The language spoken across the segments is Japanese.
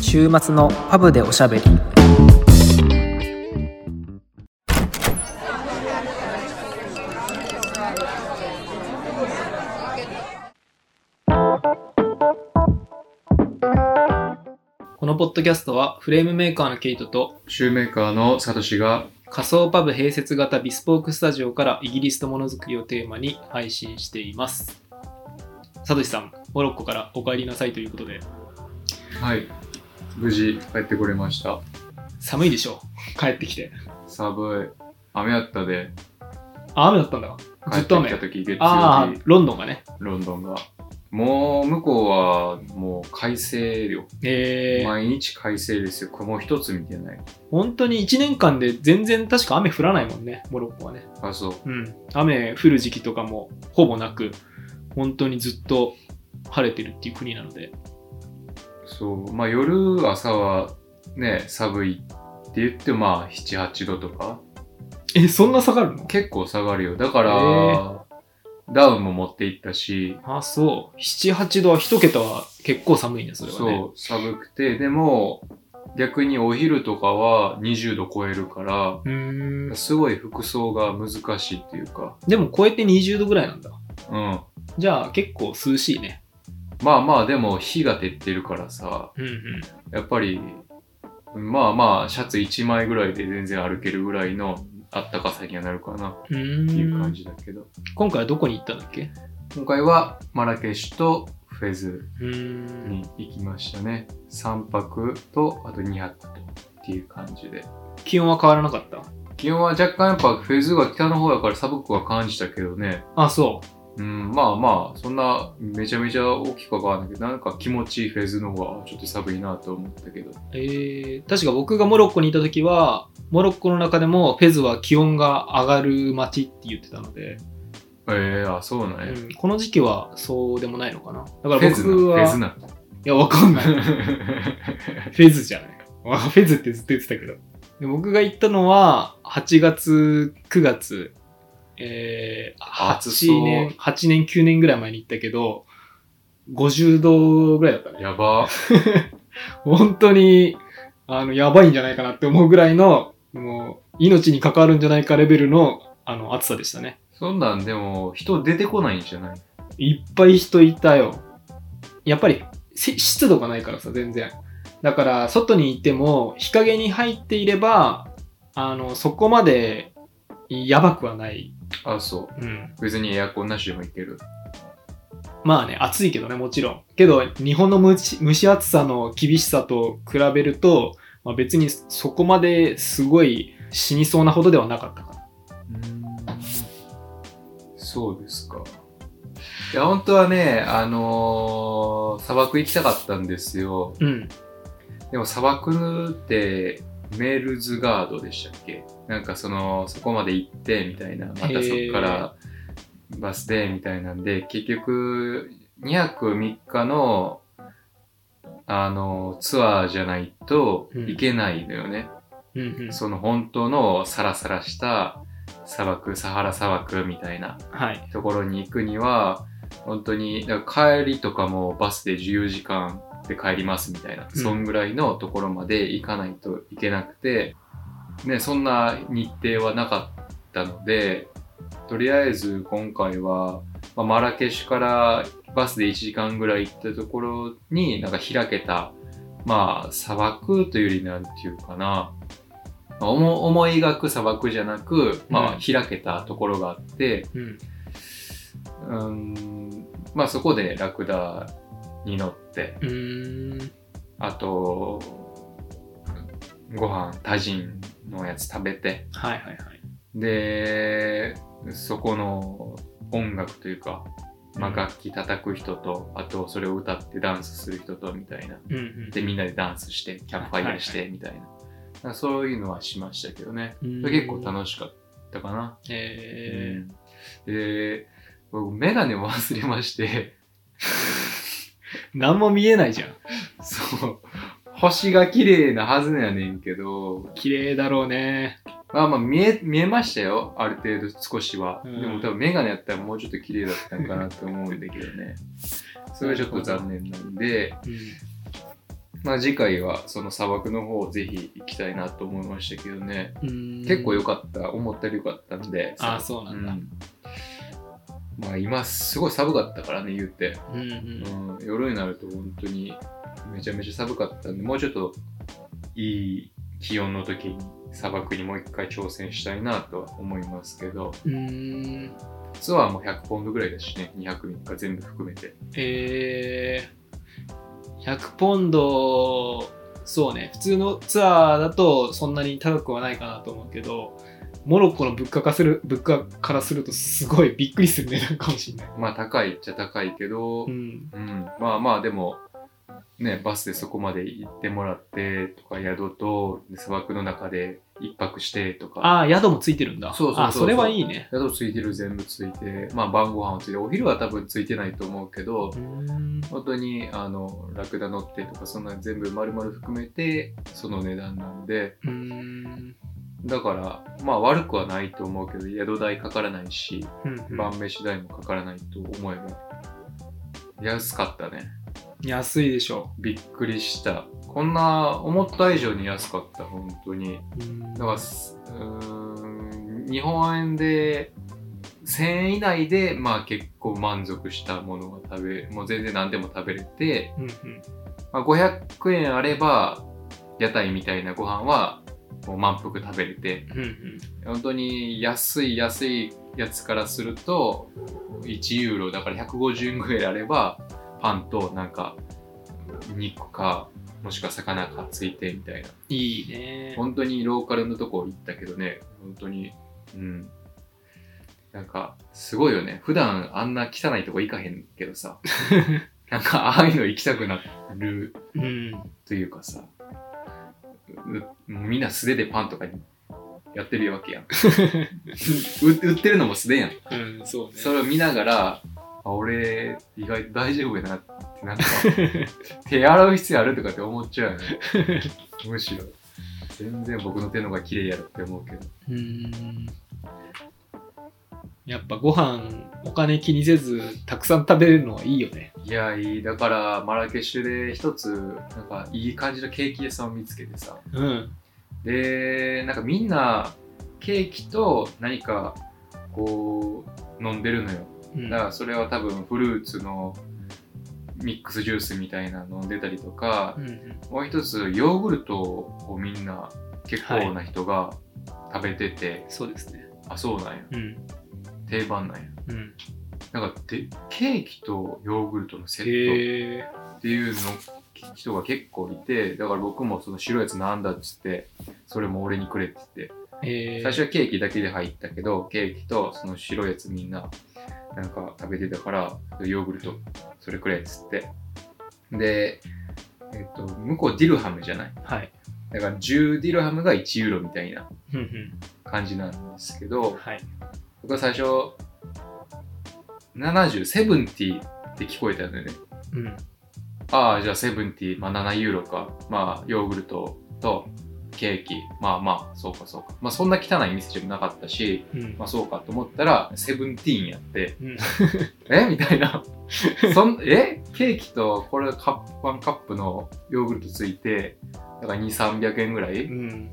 週末のパブでおしゃべりこのポッドキャストはフレームメーカーのケイトとシューメーカーのサトシが仮想パブ併設型ビスポークスタジオからイギリスとものづくりをテーマに配信していますサトシさんモロッコからお帰りなさいということではい無事帰ってこれました寒いでしょ帰ってきて寒い雨だったであ雨だったんだ帰ずっってとき雨た時月あ曜あ日ロンドンがねロンドンがもう向こうはもう快晴量えー、毎日快晴ですよこれもう一つ見てない本当に1年間で全然確か雨降らないもんねモロッコはねあそううん雨降る時期とかもほぼなく本当にずっと晴れてるっていう国なのでそうまあ夜朝はね寒いって言ってもまあ78度とかえそんな下がるの結構下がるよだから、へダウンも持っていったしあそう78度は1桁は結構寒いねそれはねそう、寒くて、でも、逆にお昼とかは20度超えるかうーんら、すごい服装が難しいっていうか、でも超えて20度ぐらいなんだうん。じゃあ結構涼しいねまあまあ、でも火が照ってるからさ、うんうんやっぱり、まあまあ、シャツ1枚ぐらいで全然歩けるぐらいのあったかさにはなるかなうっていうー感んじだけど、今回はどこに行ったんだっけ今回はマラケシュとフェズうーんに行きましたね。3泊と、あと2泊とっていう感じで。気温は変わらなかった気温は若干やっぱフェーズが北の方やから寒くは感じたけどね。あそううん、まあまあ、そんなめちゃめちゃ大きくは変わらないけど、なんか気持ちいいフェーズの方がちょっと寒いなと思ったけど。えー、確か僕がモロッコにいた時はモロッコの中でもフェズは気温が上がる街って言ってたので、ええあ、そうなんや。うんこの時期はそうでもないのかなだフからェズな僕フェはズいな。やわかんないフェズじゃないわフェズってずっと言ってたけどで僕が行ったのは8月9月えー、暑そう8年8年9年ぐらい前に行ったけど50度ぐらいだ ったねやば。本当に、あの、やばいんじゃないかなって思うぐらいの、もう、命に関わるんじゃないかレベルの、あの、暑さでしたね。そんなんでも人出てこないんじゃないいっぱい人いたよ。やっぱり、せ湿度がないからさ、全然。だから、外にいても、日陰に入っていれば、あの、そこまで、やばくはない。あ、そう。うん。別にエアコンなしでもいける。まあね、暑いけどね、もちろん。けど、日本の蒸し蒸し暑さの厳しさと比べると、まあ、別にそこまですごい死にそうなほどではなかったかな。そうですか。いや、本当はね、あのー砂漠行きたかったんですよ。うん。でも砂漠ってメールズガードでしたっけなんかそのそこまで行ってみたいなまたそこからバスでみたいなんで結局2泊3日のあのツアーじゃないとうんいけないのよね、うんうん。その本当のサラサラした砂漠サハラ砂漠みたいなはい。ところに行くには本当にだから帰りとかもバスで14時間で帰りますみたいな、うんそんぐらいのところまで行かないといけなくて、ね、そんな日程はなかったのでとりあえず今回は、まあマラケシュからバスで1時間ぐらい行ったところになんか開けた、まあ、砂漠というよりなんていうかなまあ思思い描く砂漠じゃなく、まうあ、ん開けたところがあって、うん。うーんまあそこでラクダに乗ってうーん。あとご飯タジンのやつ食べてはいはいはい。でそこの音楽というか、まあ、楽器叩く人とあとそれを歌ってダンスする人とみたいなうんうん。でみんなでダンスしてキャンプファイヤーしてみたいな、だからそういうのはしましたけどねうん結構楽しかったかなえーで僕メガネを忘れまして何も見えないじゃん。そう。星が綺麗なはずやねんけど、綺麗だろうね。まあまあ見え、見えましたよ。ある程度少しは。うんでも多分メガネやったらもうちょっと綺麗だったんかなと思うんだけどね。それはちょっと残念なんで、うん。まあ次回はその砂漠の方をぜひ行きたいなと思いましたけどね、結結構良くかった思ったより良かったんでああそうなんだ、うんまあ今すごい寒かったからね言うて、うんううん、ん夜になると本当にめちゃめちゃ寒かったんでもうちょっといい気温の時に砂漠にもう一回挑戦したいなとは思いますけどうーんツアーも100ポンドぐらいだしね200日か全部含めてえー、100ポンドそうね普通のツアーだとそんなに高くはないかなと思うけどモロッコの物価化する物価からするとすごいびっくりする値段かもしれない、まあ高いっちゃ高いけど、うん、うん、まあまあでも、ね、バスでそこまで行ってもらってとか宿とで砂漠の中で一泊してとかああ宿もついてるんだそうそうそうそうあそれはいいね宿ついてる全部ついて、まあ、晩ご飯もついてお昼は多分ついてないと思うけどうーん本当にあのラクダ乗ってとかそんな全部丸々含めてその値段なんでうーんだからまあ悪くはないと思うけど宿代かからないしうん晩飯代もかからないと思えば安かったね安いでしょびっくりしたこんな思った以上に安かった本当にうーんだからすうーん日本円で1000円以内でまあ結構満足したものが食べもう全然何でも食べれて、うんうんまあ、500円あれば屋台みたいなご飯はもう満腹食べれてうんうん本当に安い安いやつからすると1ユーロだから150円ぐらいあればパンとなんか肉かもしくは魚かついてみたいないいね本当にローカルのとこ行ったけどね本当にうんなんかすごいよね普段あんな汚いとこ行かへんけどさなんかああいうの行きたくなるうんというかさうもうみんな素手でパンとかにやってるわけやんう売ってるのも素手やんうんそうねそれを見ながら、あ俺、意外と大丈夫やなって、なんか、手洗う必要あるとかって思っちゃうよね。むしろ。全然僕の手の方が綺麗やろって思うけど。 うーんやっぱご飯お金気にせずたくさん食べれるのはいいよねいや、いい。だから、マラケシュで一つ、なんか、いい感じのケーキ屋さんを見つけてさ。うんで、なんかみんな、ケーキと何か、こう、飲んでるのよ。うんだからそれは多分、フルーツのミックスジュースみたいなの飲んでたりとか、うんうんもう一つヨーグルトをみんな結構な人が食べてて、そうですねあそうなんやうん定番なんやうんなんかでケーキとヨーグルトのセッへえトっていうの人が結構いてだから僕もその白いやつなんだっつってそれも俺にくれって言ってえ最初はケーキだけで入ったけどケーキとその白いやつみんななんか食べてたからヨーグルトそれくれっつってでえっと向こうディルハムじゃないはいだから10ディルハムが1ユーロみたいなうん感じなんですけうんど、はい僕は最初、70、セブンティーって聞こえたんだよね。うんああ、じゃあセブンティー、まあ7ユーロか。まあヨーグルトとケーキ。まあまあ、そうかそうか。まあそんな汚い店じゃなかったし、うんまあそうかと思ったら、セブンティーンやって、うん えみたいな。 そんえケーキと、これカップ、ワンカップのヨーグルトついて、だから2、300円ぐらいうん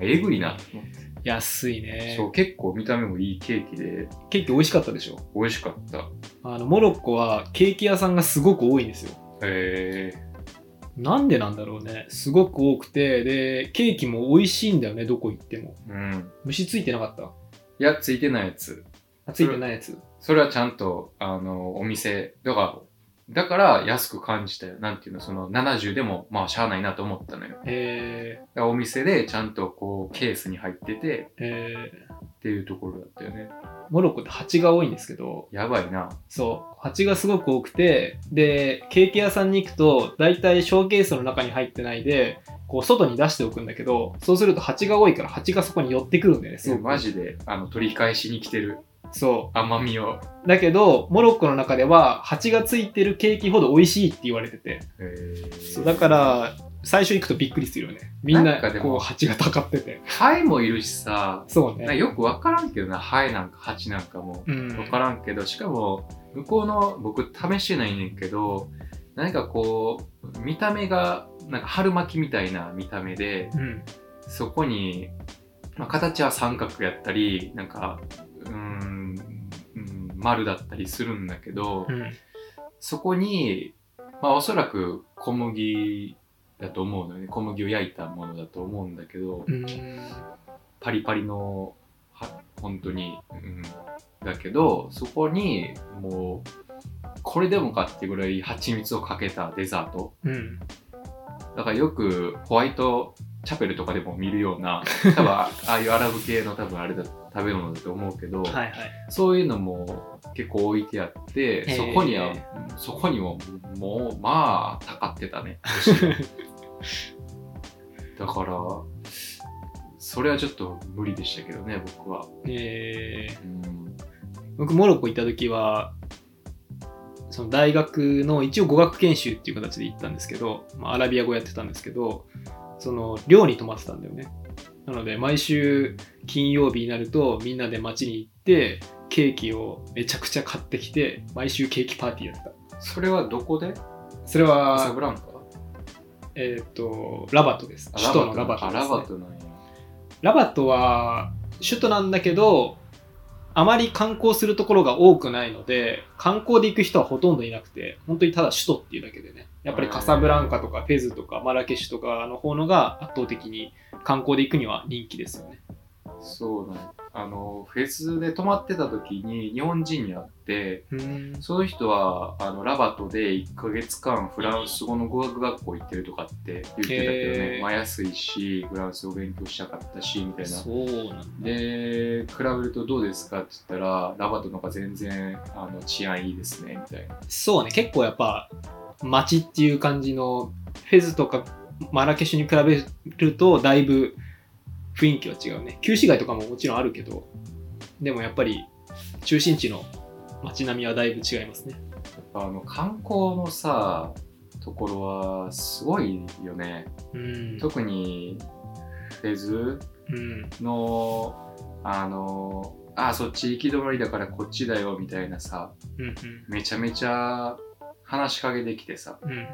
えぐいなと思って。安いねそう、結構見た目もいいケーキで、ケーキ美味しかったでしょ美味しかった。あのモロッコはケーキ屋さんがすごく多いんですよへなんでなんだろうねすごく多くてでケーキも美味しいんだよねどこ行ってもえ。うん。虫ついてなかったいや、ついてないやつ。あついてないやつそれはちゃんと、あの、お店、だから、だから安く感じたよ。なんていうの、その70でも、まあ、しゃあないなと思ったのよ。だかえーらお店でちゃんとこう、ケースに入ってて、えーっていうところだったよね。モロッコって蜂が多いんですけどやばいな。そう蜂がすごく多くてでケーキ屋さんに行くと大体ショーケースの中に入ってないでこう外に出しておくんだけどそうすると蜂が多いから蜂がそこに寄ってくるんだよねすごくマジで、あの、取り返しに来てるそ甘みを。うだけどモロッコの中では蜂がついてるケーキほど美味しいって言われててへーそうだか、ら最初行くとびっくりするよねみんななんかでもこう蜂がたかっててハエもいるしさ、そうなんかねよくわからんけどな、ハエなんか、ハチなんかも。うん分からんけどしかも向こうの僕試してないねんけど何かこう見た目がなんか春巻きみたいな見た目で、うん。そこに、まあ、形は三角やったり、なんか、うーん、うん丸だったりするんだけど、うん。そこに、まあおそらく小麦だと思うのよね。小麦を焼いたものだと思うんだけど、うん。パリパリの、は本当に、うん、だけど、そこに、もう、これでもかってぐらい蜂蜜をかけたデザート。うん。だからよくホワイトチャペルとかでも見るような、多分ああいうアラブ系の多分あれだ、食べ物だと思うけど、はいはい。そういうのも結構置いてあって、えーそこには、そこにも、もう、まあ、たかってたね。 だから、それはちょっと無理でしたけどね、僕は。えー、うん僕、モロッコ行った時は、その大学の一応語学研修っていう形で行ったんですけど、まあ、アラビア語やってたんですけど、その寮に泊まってたんだよね。なので、毎週金曜日になると、みんなで街に行って、ケーキをめちゃくちゃ買ってきて、毎週ケーキパーティーやってた。それはどこでそれカサはブ、ランカえーっ、と、ラバトです。あ首都のラバトあです、ね。ラバトなんや。ラバトは首都なんだけどあまり観光するところが多くないので観光で行く人はほとんどいなくて本当にただ首都っていうだけでねやっぱりカサブランカとかフェズとかマラケシュとかの方のが圧倒的に観光で行くには人気ですよねそうなんやあの、フェスで泊まってた時に日本人に会って、うんその人はあのラバトで1ヶ月間フランス語の語学学校行ってるとかって言ってたけどね、へーまあ安いしフランスを勉強したかったしみたいな。そうなんだで比べるとどうですかって言ったらラバトの方が全然あの治安いいですねみたいな。そうね結構やっぱ街っていう感じのフェズとかマラケシュに比べるとだいぶ雰囲気は違うね旧市街とかももちろんあるけどでもやっぱり中心地の街並みはだいぶ違いますねやっぱあの観光のさところはすごいよね。うん特にフェズうんのあのあそっち行き止まりだからこっちだよみたいなさうんめちゃめちゃ話しかけてきてさうんうん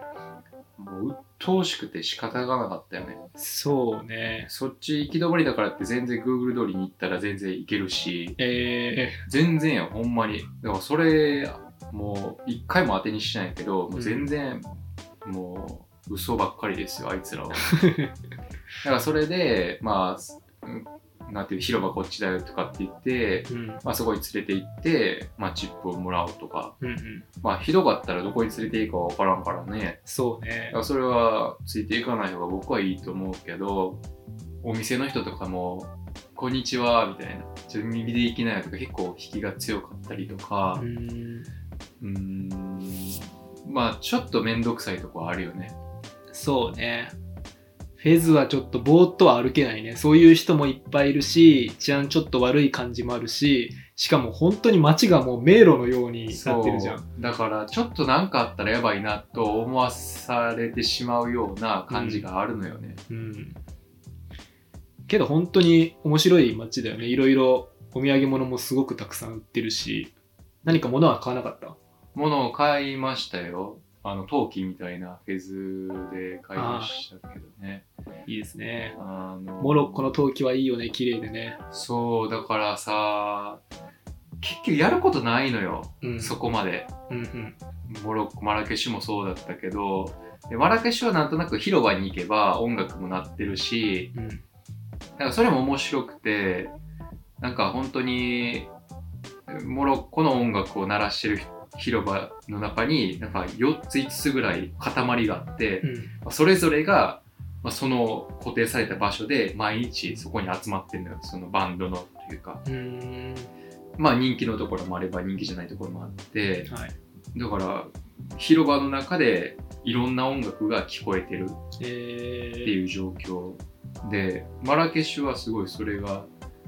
もう鬱陶しくて仕方がなかったよねそうねそっち行き止まりだからって全然 Google 通りに行ったら全然行けるしえ全然よほんまにだからそれもう一回も当てにしないけどもう全然、もう嘘ばっかりですよあいつらはだからそれでまあうんなんていう広場こっちだよとかって言って、ー、うんまあ、そこに連れて行って、まあ、チップをもらおうとかうんうんまあひどかったらどこに連れていいかわからんからね。そうだねからそれはついていかない方が僕はいいと思うけど、お店の人とかも、こんにちは、みたいな。ちょっと右で行きなよとか結構引きが強かったりとかう、んうーん、まあちょっとめんどくさいとこはあるよね。そうね。フェズはちょっとぼーっとは歩けないね。そういう人もいっぱいいるし、治安ちょっと悪い感じもあるし、しかも本当に街がもう迷路のようになってるじゃん。そうだからちょっと何かあったらやばいなと思わされてしまうような感じがあるのよね。うん。けど本当に面白い街だよね。いろいろお土産物もすごくたくさん売ってるし、何か物は買わなかった物を買いましたよ。あの、陶器みたいなフェズで買いましたけどね。いいですね。あのモロッコの陶器はいいよね。綺麗でね。そうだからさ結局やることないのよ、うん。そこまでうんうん。モロッコマラケシュもそうだったけどでマラケシュはなんとなく広場に行けば音楽も鳴ってるしうん。なんかそれも面白くてなんか本当にモロッコの音楽を鳴らしてる広場の中になんか4つ5つぐらい塊があって、うん。まあそれぞれが、まあ、その固定された場所で毎日そこに集まってるのよそのバンドのというかうーん。まあ人気のところもあれば人気じゃないところもあってはい。だから広場の中でいろんな音楽が聞こえてるっえてー、いう状況でマラケシュはすごいそれが、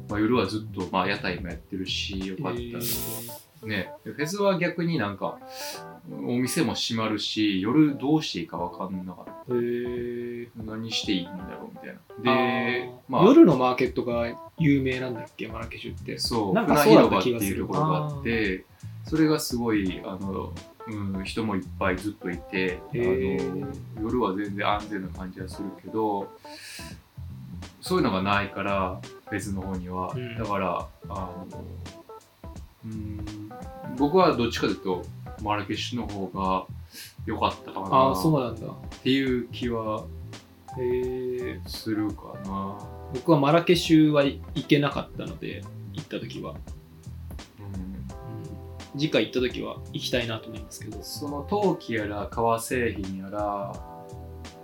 まあ、夜はずっと、まあ、屋台もやってるしよかった、えーねフェスは逆になんかお店も閉まるし夜どうしていいか分かんなかったへー何していいんだろうみたいあなでーまあ夜のマーケットが有名なんだっけマラケシュってそう、なんか船そうだ広場ってった気がすいるうところがあって、それがすごい、あの、うん、人もいっぱいずっといて、あへのー夜は全然安全な感じはするけどそういうのがないから別の方には、うんだからあの、うん、僕はどっちかというとマラケシュの方が良かったかああ、そなうなんだ。っていう気はへーするかな、僕はマラケシュは行けなかったので、行った時は。うん、うん次回行った時は行きたいなと思いますけど。その陶器やら革製品やら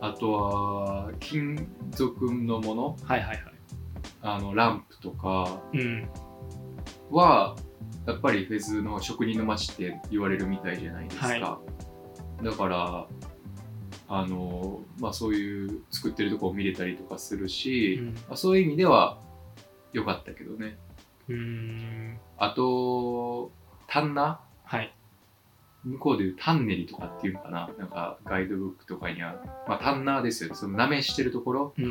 あとは金属のものはいはいはあのランプとかい。うん。はやっぱりフェズの職人の街って言われるみたいじゃないですか、はだからあの、まあ、そういう作ってるとこを見れたりとかするし、うんまあ、そういう意味では良かったけどねうーん。あとタンナはい。向こうでいうタンネリとかっていうのかななんかガイドブックとかにある、まあ、タンナーですよねそのなめしてるところう皮、ん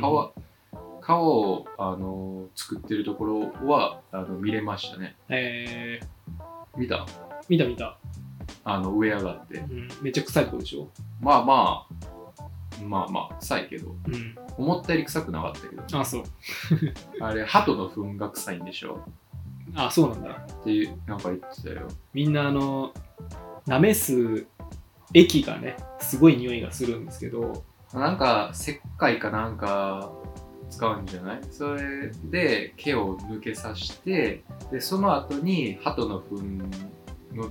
皮をあの作ってるところはあの見れましたねえー、見た見た見た。あの上上がってうん。めっちゃ臭いとこでしょ。まあまあ、まあまあ、臭いけど、うん。思ったより臭くなかったけど、あ、そう。あれ、鳩の糞が臭いんでしょあ、そうなんだ。っていう、なんか言ってたよ。みんなあの、なめす液がね、すごい匂いがするんですけど、なんか、石灰かなんか使うんじゃないそれで毛を抜けさせて、で、その後に鳩の糞の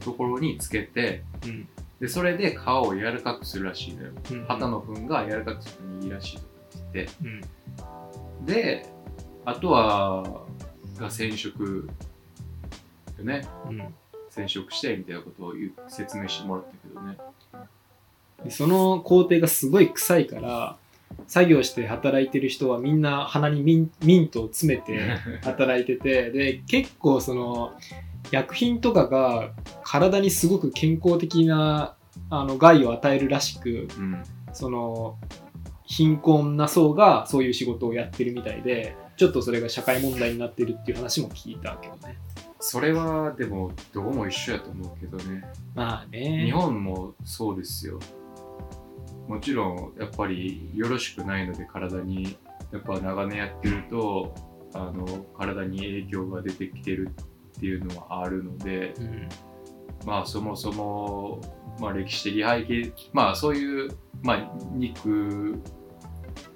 ところにつけて、うん。で、それで皮を柔らかくするらしいのよ。うん、鳩の糞が柔らかくするのにいいらしいとかって言って、うん。であとはが染色よねうん。染色してみたいなことを言う説明してもらったけどねでその工程がすごい臭いから作業して働いてる人はみんな鼻にミンミントを詰め て働いててで結構その薬品とかが体にすごく健康的なあの害を与えるらしくうんその貧困な層がそういう仕事をやってるみたいでちょっとそれが社会問題になってるっていう話も聞いたけどねそれはでもどこも一緒やと思うけどねまあね日本もそうですよもちろんやっぱりよろしくないので体にやっぱ長年やってるとあの体に影響が出てきてるっていうのはあるのでうんまあそもそも、まあ、歴史的背景まあそういう、まあ、肉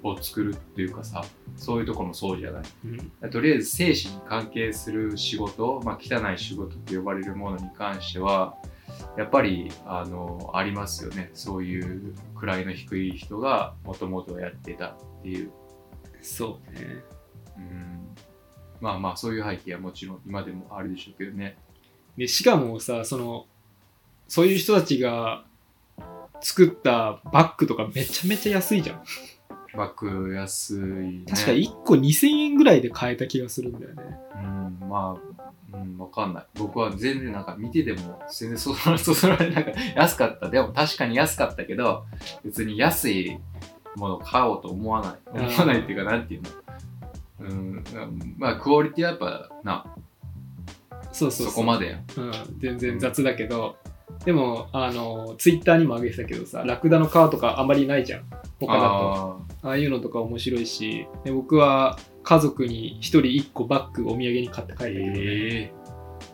を作るっていうかさそういうとこもそうじゃないうんとりあえず生死に関係する仕事、まあ、汚い仕事って呼ばれるものに関してはやっぱりあのありますよねそういう位の低い人がもともとやってたっていう、そうねうん、まあまあそういう背景はもちろん今でもあるでしょうけどねでしかもさそのそういう人たちが作ったバッグとかめちゃめちゃ安いじゃん爆安い、ね、確か1個2000円ぐらいで買えた気がするんだよねうん、まあ、うん、わかんない。僕は全然なんか見てても、全然そそら、そそられなんか安かった。でも確かに安かったけど、別に安いものを買おうと思わない。うん思わないっていうか、なんていうの。うん、まあ、クオリティはやっぱな、そうそそううこまでやん。うん、全然雑だけどでもあのツイッターにも上げてたけどさラクダの皮とかあんまりないじゃん他だとあああいうのとか面白いしで僕は家族に1人1個バッグお土産に買って帰っー。たけど、ねええ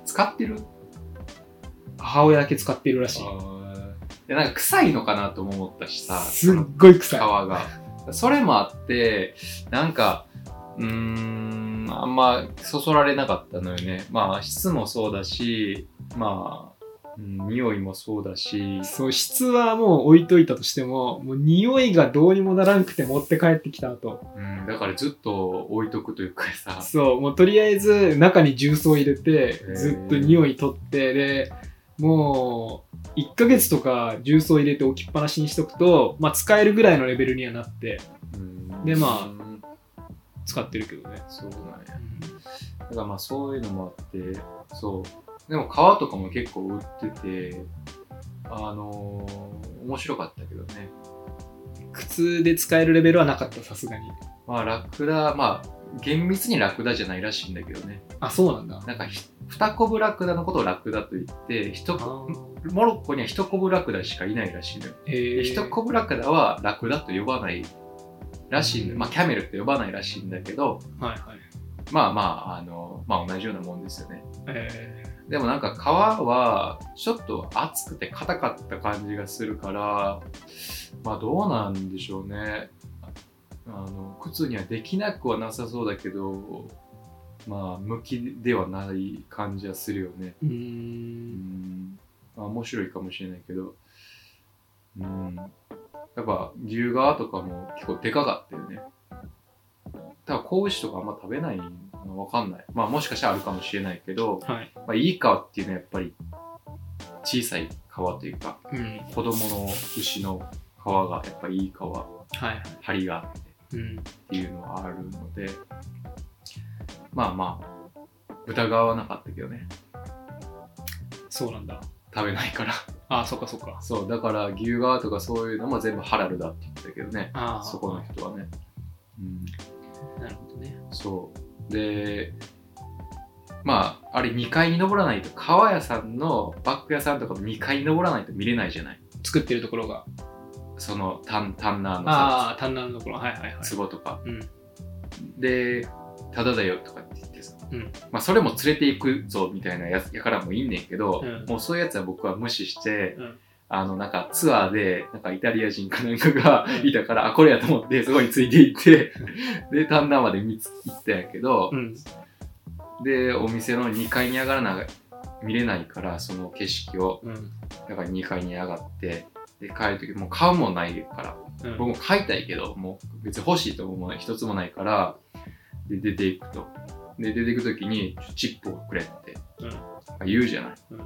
使ってる母親だけ使ってるらしいあいやなんか臭いのかなとも思ったしさ。すっごい臭い皮が。それもあって、なんか、うーん、あんまそそられなかったのよね。まあ、質もそうだし、まあ、うん匂いもそうだし、そう質はもう置いといたとしてももう匂いがどうにもならんくて持って帰ってきた後うん、だからずっと置いとくというかさ、そうもうとりあえず中に重曹入れてーずっと匂い取ってでもう1ヶ月とか重曹入れて置きっぱなしにしとくと、まあ、使えるぐらいのレベルにはなってうんでまあうん使ってるけどね、そうなんや。だからまあそういうのもあって、そう。でも皮とかも結構売ってて、あのー面白かったけどね。靴で使えるレベルはなかったさすがにまあ、ラクダ、まあ、厳密にラクダじゃないらしいんだけどね。あ、そうなんだ。なんかひ、二コブラクダのことをラクダと言って、一あコーモロッコには一コブラクダしかいないらしいのよ。えでー、一コブラクダはラクダと呼ばないらしいのよ。まあ、キャメルって呼ばないらしいんだけど、はいはい。まあまあ、あの、まあ同じようなもんですよね。えでもなんか皮はちょっと厚くて硬かった感じがするから、まあどうなんでしょうね。あの、靴にはできなくはなさそうだけど、まあ向きではない感じはするよね。ー、ううー。んん。まあ面白いかもしれないけど、うん。やっぱ牛革とかも結構でかかったよね。ただ、子牛とかあんま食べないのわかんない。まあもしかしたらあるかもしれないけど、はい。まあ、いい川っていうのはやっぱり小さい川というかうん。子供の牛の川がやっぱいい川はいはい。張りがあってうん。っていうのはあるのでまあまあ豚側はなかったけどねそうなんだ。食べないからあー、そっかそっか。そうだから牛側とかそういうのも全部ハラルだって言ってたけどねああ。そこの人はね、うん、なるほどね。そうでまああれ2階に登らないと川屋さんのバッグ屋さんとかも2階に登らないと見れないじゃない作ってるところが。そのタンタンナーのさああ、単なるところ。はいはいはい。壺とか、うんでタダだよとかって言ってさ、うんまあ、それも連れていくぞみたいなやつやからもいいんねんけど、うんもうそういうやつは僕は無視して、うんあのなんかツアーでなんかイタリア人かなんかがうんいたから、あこれやと思ってそこについてい ってでタンナーまで見つ行ったんやけどう、ん。でお店の2階に上がらな見れないからその景色をうん。だから2階に上がってで帰る時もう買うもんないからうん。僕も買いたいけど、もう別に欲しいと思うものは一つもないから、で、出ていくと。で、出ていくときに、ちょチップをくれって、うん言うじゃない、うん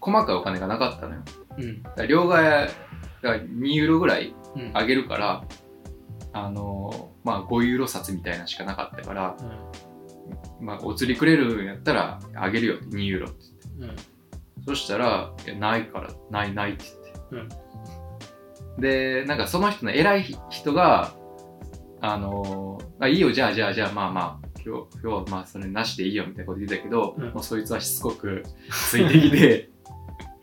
細かいお金がなかったのよ。うん。だから両替、だから2ユーロぐらいうん。あげるから、あのーまあ5ユーロ札みたいなのしかなかったから、まあお釣りくれるんやったらあげるよって2ユーロって言って。うん。うん。そしたら、いやないから、ないないって言って。で、なんかその人の偉い人が、あのーあ、いいよ、じゃあじゃあじゃあ、まあまあ、今日、今日はまあそれなしでいいよみたいなこと言ってたけど、うんもうそいつはしつこくついてきて、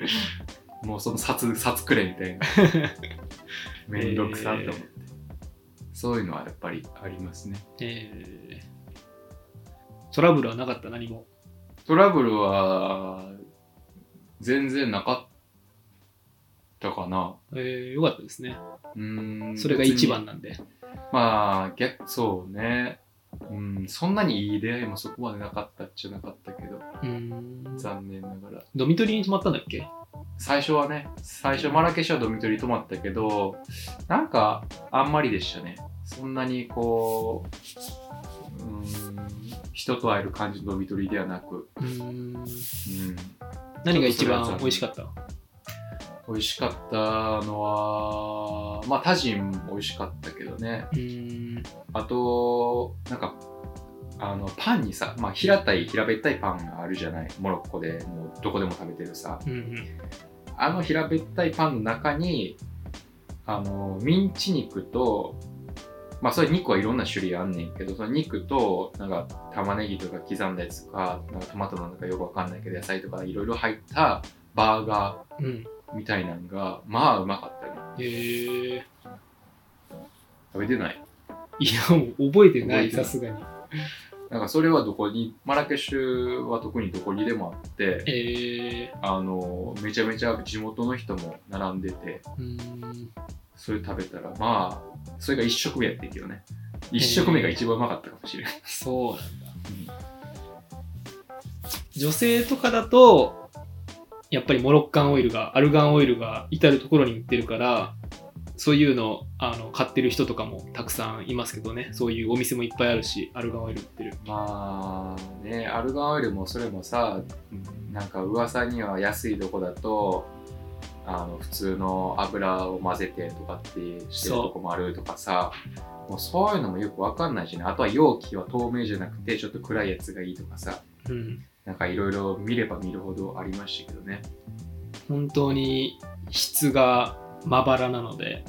もうその札、札くれみたいな。 めんどくさって思って。そういうのはやっぱりありますね。えー、トラブルはなかった、何も。トラブルは、全然なかったかな。えー、よかったですね。うーんそれが一番なんで。まあ逆そうねうんそんなにいい出会いもそこまでなかったっちゃなかったけどうん。残念ながらドミトリーに泊まったんだっけ最初はね最初マラケシュはドミトリー泊まったけどなんかあんまりでしたねそんなにこううん人と会える感じのドミトリーではなく、うん。うん、何が一番美味しかった美味しかったのはまあタジンも美味しかったけどねうん。あと、なんか、あの、パンにさ、まあ、平たい、平べったいパンがあるじゃない。モロッコで、もう、どこでも食べてるさ。うんうん。あの平べったいパンの中に、あの、ミンチ肉と、まあ、それ肉はいろんな種類あんねんけど、その肉と、なんか、玉ねぎとか刻んだやつとか、なんかトマトなんかよくわかんないけど、野菜とかいろいろ入ったバーガうん。ーみたいなんが、まあ、うまかったね。えー、い食べてない。や、もう覚えてな覚い、えてなさいすがに。なんか、それはどこに、マラケシュは特にどこにでもあって、えあのめちゃめちゃ地元の人も並んでてー、うん。それ食べたらまあそれが1食目やってんけどね1食目が一番うまかったかもしれない、そうなんだ。女性とかだとやっぱりモロッカンオイルがアルガンオイルが至る所に売ってるからそういうのあの買ってる人とかもたくさんいますけどねそういうお店もいっぱいあるしアルガンオイル売ってる まあねアルガンオイルもそれもさなんか噂には安いとこだとあの普通の油を混ぜてとかってしてるとこもあるとかさもうそういうのもよくわかんないしねあとは容器は透明じゃなくてちょっと暗いやつがいいとかさうんなんかいろいろ見れば見るほどありましたけどね本当に質がまばらなので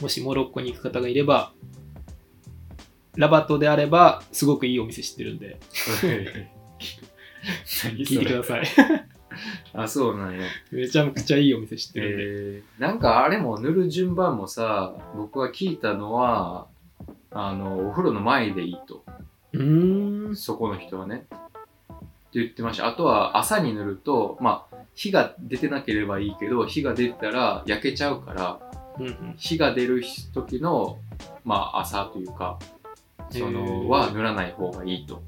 もしモロッコに行く方がいればラバトであれば、すごくいいお店知ってるんで、何聞いてくだい。さい。あ、そうなんや。 めちゃくちゃいいお店知ってるんで。えー、なんかあれも塗る順番もさ、僕は聞いたのは、あの、お風呂の前でいいと。うーん。そこの人はね。って言ってました。あとは朝に塗ると、まあ、火が出てなければいいけど、火が出たら焼けちゃうから、うんうん火が出る時の、まあ、朝というか、そへーの、は塗らない方がいいと。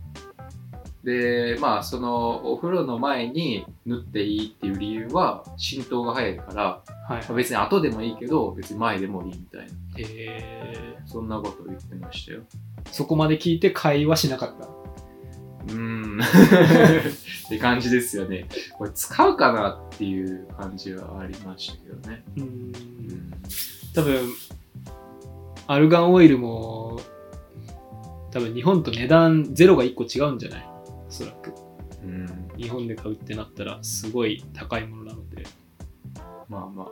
で、まあ、その、お風呂の前に塗っていいっていう理由は、浸透が早いから、はい。まあ別に後でもいいけど、別に前でもいいみたいな。えそんなことを言ってましたよ。ー、そこまで聞いて会話しなかった。うーん。って感じですよね。これ使うかなっていう感じはありましたけどね。うー。うんん。多分、アルガンオイルも、多分日本と値段ゼロが1個違うんじゃないおそらく。うん日本で買うってなったら、すごい高いものなので。まあま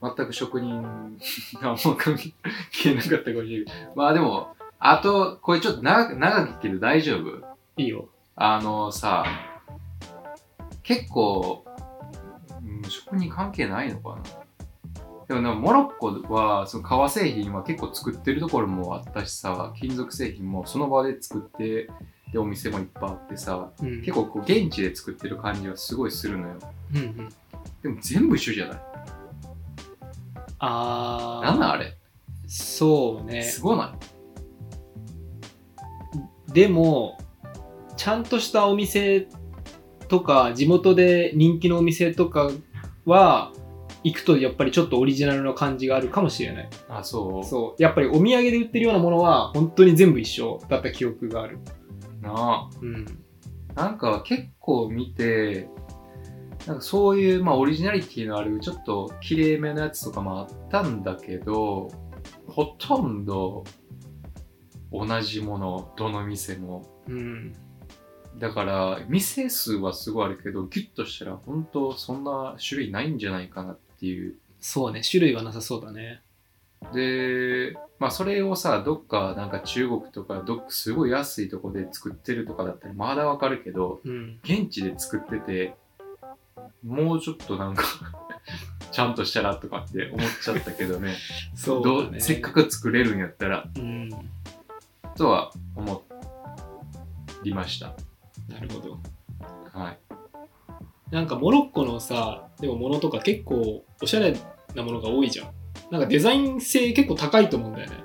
あ、全く職人がもう関係なかったかもしれないけど。まあでも、あと、これちょっと長く長く聞ける大丈夫いいよ。あのさ、結構、うん職人関係ないのかなでもなんかモロッコは、その革製品は結構作ってるところもあったしさ、金属製品もその場で作って、で、お店もいっぱいあってさ、うん、結、構こう現地で作ってる感じはすごいするのよ。うんうん。でも全部一緒じゃないあー、なんなんあれそうね。すごないでも、ちゃんとしたお店とか、地元で人気のお店とかは、行くとやっぱりちょっとオリジナルの感じがあるかもしれない。あ、そうそう。やっぱりお土産で売ってるようなものは、本当に全部一緒だった記憶がある。なうん。あ。なんか結構見て、なんかそういう、まあ、オリジナリティのある、ちょっと綺麗めなやつとかもあったんだけど、ほとんど同じもの、どの店も。うん。だから、店数はすごいあるけど、ギュッとしたら本当そんな種類ないんじゃないかなっていうそうね。種類はなさそうだね。で、まあ、それをさどっかなんか中国とかどっかすごい安いとこで作ってるとかだったらまだわかるけどうん。現地で作っててもうちょっとなんか ちゃんとしたらとかって思っちゃったけどね そうだね。どせっかく作れるんやったらうん。なとは思いましたるほど。はいなんかモロッコのさ、でも物とか結構おしゃれなものが多いじゃん。なんかデザイン性結構高いと思うんだよね。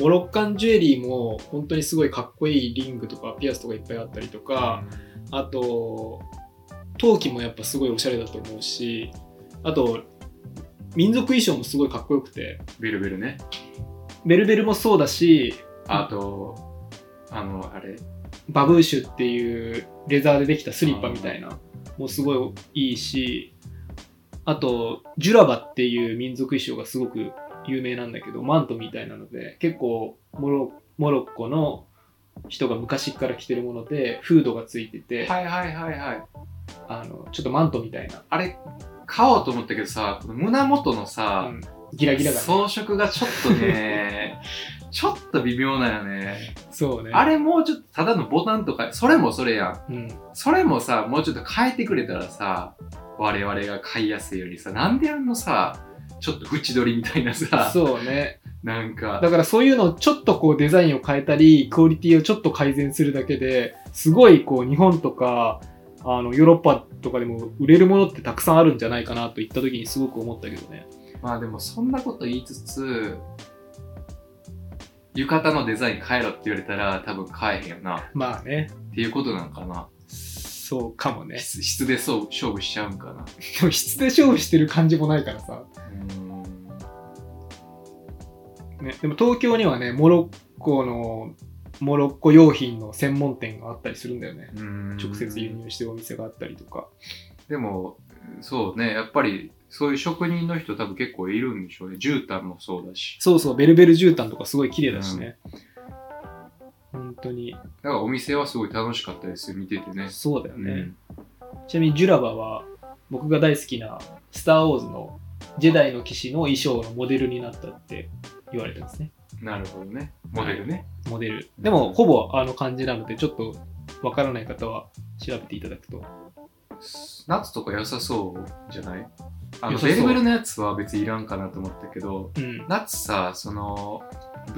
モロッカンジュエリーも本当にすごいかっこいいリングとかピアスとかいっぱいあったりとか、あと陶器もやっぱすごいおしゃれだと思うしあと民族衣装もすごいかっこよくてベルベルねベルベルもそうだしあと、あのあれバブーシュっていうレザーでできたスリッパみたいなもうすごいいいしあとジュラバっていう民族衣装がすごく有名なんだけどマントみたいなので結構モロモロッコの人が昔から着てるものでフードがついてて、はいはいはいはいあのちょっとマントみたいな、あれ買おうと思ったけどさこの胸元のさ、うんギラギラが、ね、装飾がちょっと ねちょっと微妙だよねそうねあれもうちょっとただのボタンとかそれもそれやんうんそれもさもうちょっと変えてくれたらさ我々が買いやすいようにさなんであのさちょっと縁取りみたいなさそうね。なんかだからそういうのをちょっとこうデザインを変えたり、クオリティをちょっと改善するだけで、すごいこう日本とか、あのヨーロッパとかでも売れるものってたくさんあるんじゃないかなといった時にすごく思ったけどね。まあでもそんなこと言いつつ浴衣のデザイン変えろって言われたら多分変えへんよなっまあね。ていうことなんかなそうかもね。質質でそう勝負しちゃうんかなでも質で勝負してる感じもないからさ。うーんね、でも東京にはね、モロッコの、モロッコ用品の専門店があったりするんだよね。うーん直接輸入してるお店があったりとか。でも、そうね、やっぱり、そういう職人の人多分結構いるんでしょうね。絨毯もそうだし。そうそう、ベルベル絨毯とかすごい綺麗だしね。本当に。だからお店はすごい楽しかったですよ、見ててね。そうだよね。うんちなみにジュラバは僕が大好きな「スター・ウォーズ」の「ジェダイの騎士」の衣装のモデルになったって言われてますね。なるほどね。モデルね。モデル。でも、ほぼあの感じなので、ちょっとわからない方は調べていただくと。夏とか良さそうじゃないあ良のさそうベルベルのやつは別にいらんかなと思ったけど、うん。夏さ、その、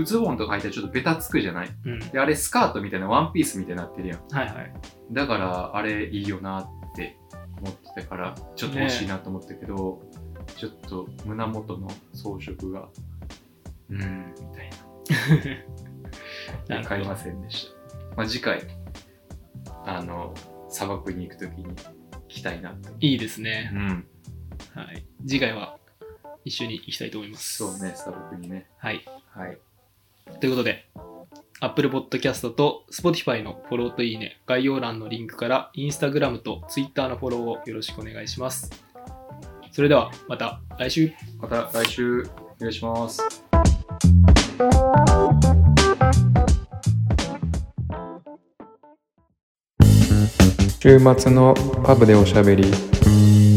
ズボンとか履いたらちょっとベタつくじゃないうん。で、あれスカートみたいなワンピースみたいになってるやん。はいはい。だから、あれいいよなって思ってたから、ちょっと欲しいなと思ったけど、ちょっと胸元の装飾が、うーん、みたいな。なるほど買いませんでした。まあ、次回、あの、砂漠に行くときに着たいなって。いいですね。うん。はい。次回は一緒に行きたいと思います。そうね、砂漠にね。はい。はい。ということで、Apple Podcast と Spotify のフォローといいね、概要欄のリンクから、Instagram と Twitter のフォローをよろしくお願いします。それでは、また来週。また来週、お願いします。週末のパブでおしゃべり